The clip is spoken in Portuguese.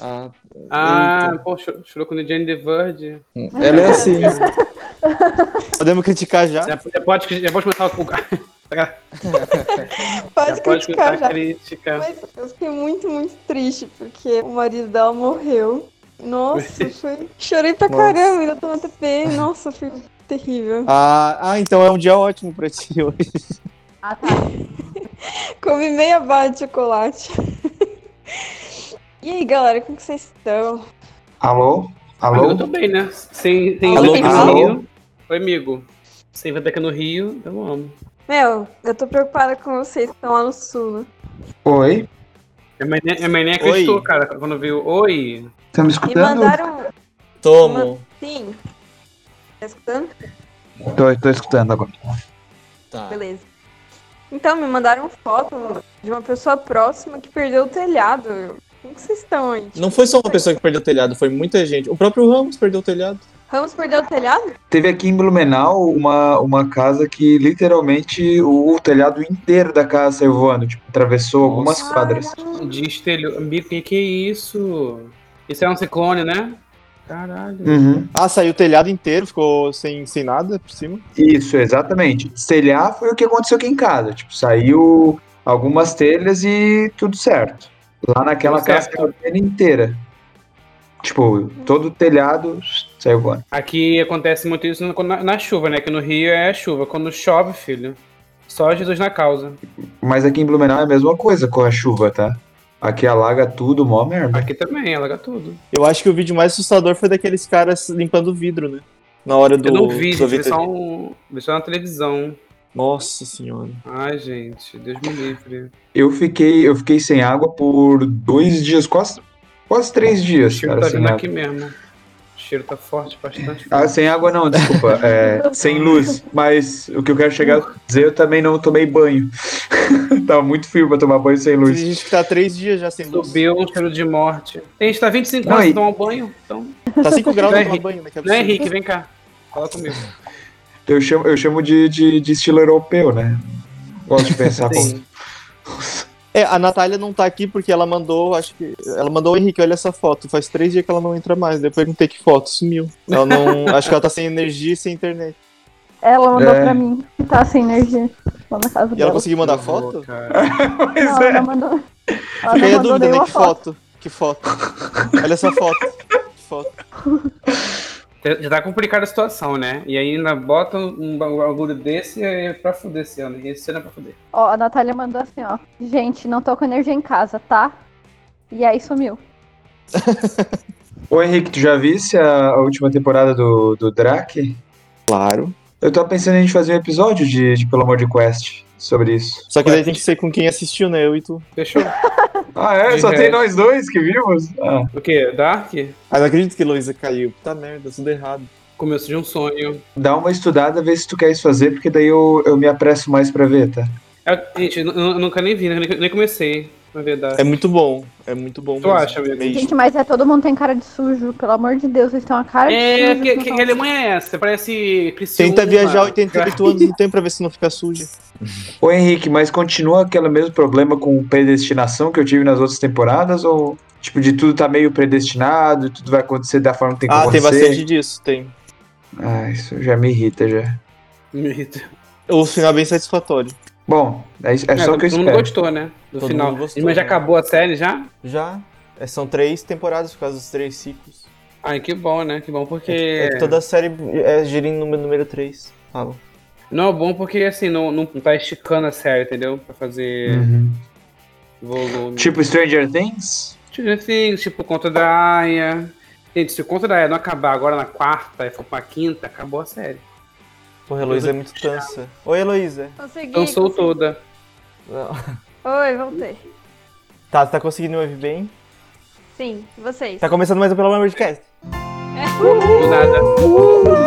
Ah, Ah, eita. pô, chorou, chorou quando o Jane the Verge. Ela é assim. Podemos criticar já? Já, já pode, já pode começar a pulgar. Pode Já pode criticar começar já. a crítica. Mas eu fiquei muito, muito triste, porque o marido dela morreu. Nossa, foi. Chorei pra Nossa. caramba, ainda tô na TP. Nossa, foi terrível. Ah, ah, então é um dia ótimo pra ti hoje. Ah, tá. Comi meia barra de chocolate. E aí, galera, como que vocês estão? Alô? Amigo, Alô? eu tô bem, né? Sem, sem Alô, Rebeca no alô? Rio. Oi, amigo. Sem Rebeca no Rio, eu amo. Meu, eu tô preocupada com vocês que estão lá no sul. né? Oi? Minha mãe, nem- minha mãe nem acreditou, cara, quando viu. Oi. Tá me Me escutando? mandaram. um- Tomo. Sim. Tá escutando? Tô, tô escutando agora. Tá. Beleza. Então, me mandaram foto de uma pessoa próxima que perdeu o telhado. Como que vocês estão aí? Não foi só uma pessoa que perdeu o telhado, foi muita gente. O próprio Ramos perdeu o telhado. Ramos perdeu o telhado? Teve aqui em Blumenau uma, uma casa que literalmente o, telhado inteiro da casa saiu voando. Tipo, atravessou algumas quadras. De estelho. Amigo, que que é isso? Isso é um ciclone, né? Caralho. Uhum. Ah, saiu o telhado inteiro, ficou sem, sem nada por cima. Isso, exatamente. Telhar foi o que aconteceu aqui em casa. Tipo, saiu algumas telhas e tudo certo. Lá naquela Tudo casa saiu a telha inteira. Tipo, todo o telhado saiu voando. Aqui acontece muito isso na, na chuva, né? Que no Rio é chuva. Quando chove, filho, só Jesus na causa. Mas aqui em Blumenau é a mesma coisa com a chuva, tá? Aqui alaga tudo, mó merda. Aqui também, alaga tudo. Eu acho que o vídeo mais assustador foi daqueles caras limpando o vidro, né? Na hora do. Eu não vi, do gente, vi VTV. só, um, vi só na televisão. Nossa senhora. Ai, gente, Deus me livre. Eu fiquei, eu fiquei sem água por dois dias, quase, quase três O dias, cheiro cara, tá sem vindo água. aqui mesmo. O cheiro tá forte, bastante Ah, forte. sem água não, desculpa. é, sem luz. Mas o que eu quero chegar a dizer, eu também não tomei banho. Tava muito frio pra tomar banho sem Tem luz. gente que tá três dias já sem luz. Subiu um cheiro de morte. Tem gente que tá 25 Não, anos e- sem tomar um banho. Então, Tá 5 graus pra Não tomar é Henrique. banho, né? Que não é absurdo. Henrique, vem cá. Fala comigo. Eu chamo, eu chamo de, de, de estilo europeu, né? Gosto de pensar como. Sim. É, a Natália não tá aqui porque ela mandou, acho que. Ela mandou o Henrique, olha essa foto. Faz três dias que ela não entra mais. Depois não tem que foto, sumiu. Ela não. acho que ela tá sem energia e sem internet. Ela mandou É. pra mim que tá sem energia lá na casa E ela dela. conseguiu mandar foto? Boa, cara. Não, Pois ela é. não mandou. Ela Fica não aí a mandou dúvida, né? nenhuma Que foto? Que foto? Olha essa foto. Que foto. Já- Já tá complicada a situação, né? E aí ainda bota um bagulho desse é pra fuder esse ano. E esse ano é pra fuder. Ó, a Natália mandou assim, ó. Gente, não tô com energia em casa, tá? E aí sumiu. Ô Henrique, tu já visse a, a última temporada do, do Drake? Claro. Eu tava pensando em a gente fazer um episódio de, de Pelo Amor de Quest sobre isso. Só que daí tem que ser com quem assistiu, né? Eu e tu. Fechou? Ah, é? De Só tem resto. nós dois que vimos? Ah, O quê? Dark? Ah, não acredito que Luísa caiu. Puta merda, tudo errado. Começo de um sonho. dá uma estudada, vê se tu queres fazer, porque daí eu, eu me apresso mais pra ver, tá? Eu- É, gente, eu, eu nunca nem vi, né? nem, nem comecei, na verdade. É muito bom. É muito bom. Tu mesmo. acha, amigo? Mesmo. Gente, mas é todo mundo tem cara de sujo, pelo amor de Deus, vocês têm uma cara de É, sujo. que, vocês que, são- que Alemanha é essa? Parece Criciúma. Tenta viajar 88 anos no tempo pra ver se não fica suja. Ô Henrique, mas continua aquele mesmo problema com predestinação que eu tive nas outras temporadas? Ou, tipo, de tudo tá meio predestinado e tudo vai acontecer da forma que tem que Ah, tem acontecer? bastante disso, tem. Ah, isso já me irrita já. Me irrita. O final é bem satisfatório. Bom, é, isso- é É, só o que eu todo mundo espero. gostou, né? Do Todo final. mundo gostou, Mas já né? acabou a série já? Já? É, são três temporadas por causa dos três ciclos. Ai, que bom, né? Que bom, porque. É que toda a série é gira em número, número 3. Fala. Não, é bom porque assim, não, não tá esticando a série, entendeu? Pra fazer Uhum. volume. Tipo Stranger Things? Stranger Things, tipo, Conta da Aya. Gente, se o Conta da Aya não acabar agora na quarta e for pra quinta, acabou a série. Porra, a Heloísa é muito tansa. Oi, Heloísa. Consegui. Cansou toda. Não. Oi, voltei. Tá, tá conseguindo me ouvir bem? Sim, vocês. Tá começando mais um Pelo Amor de Cast. Do nada.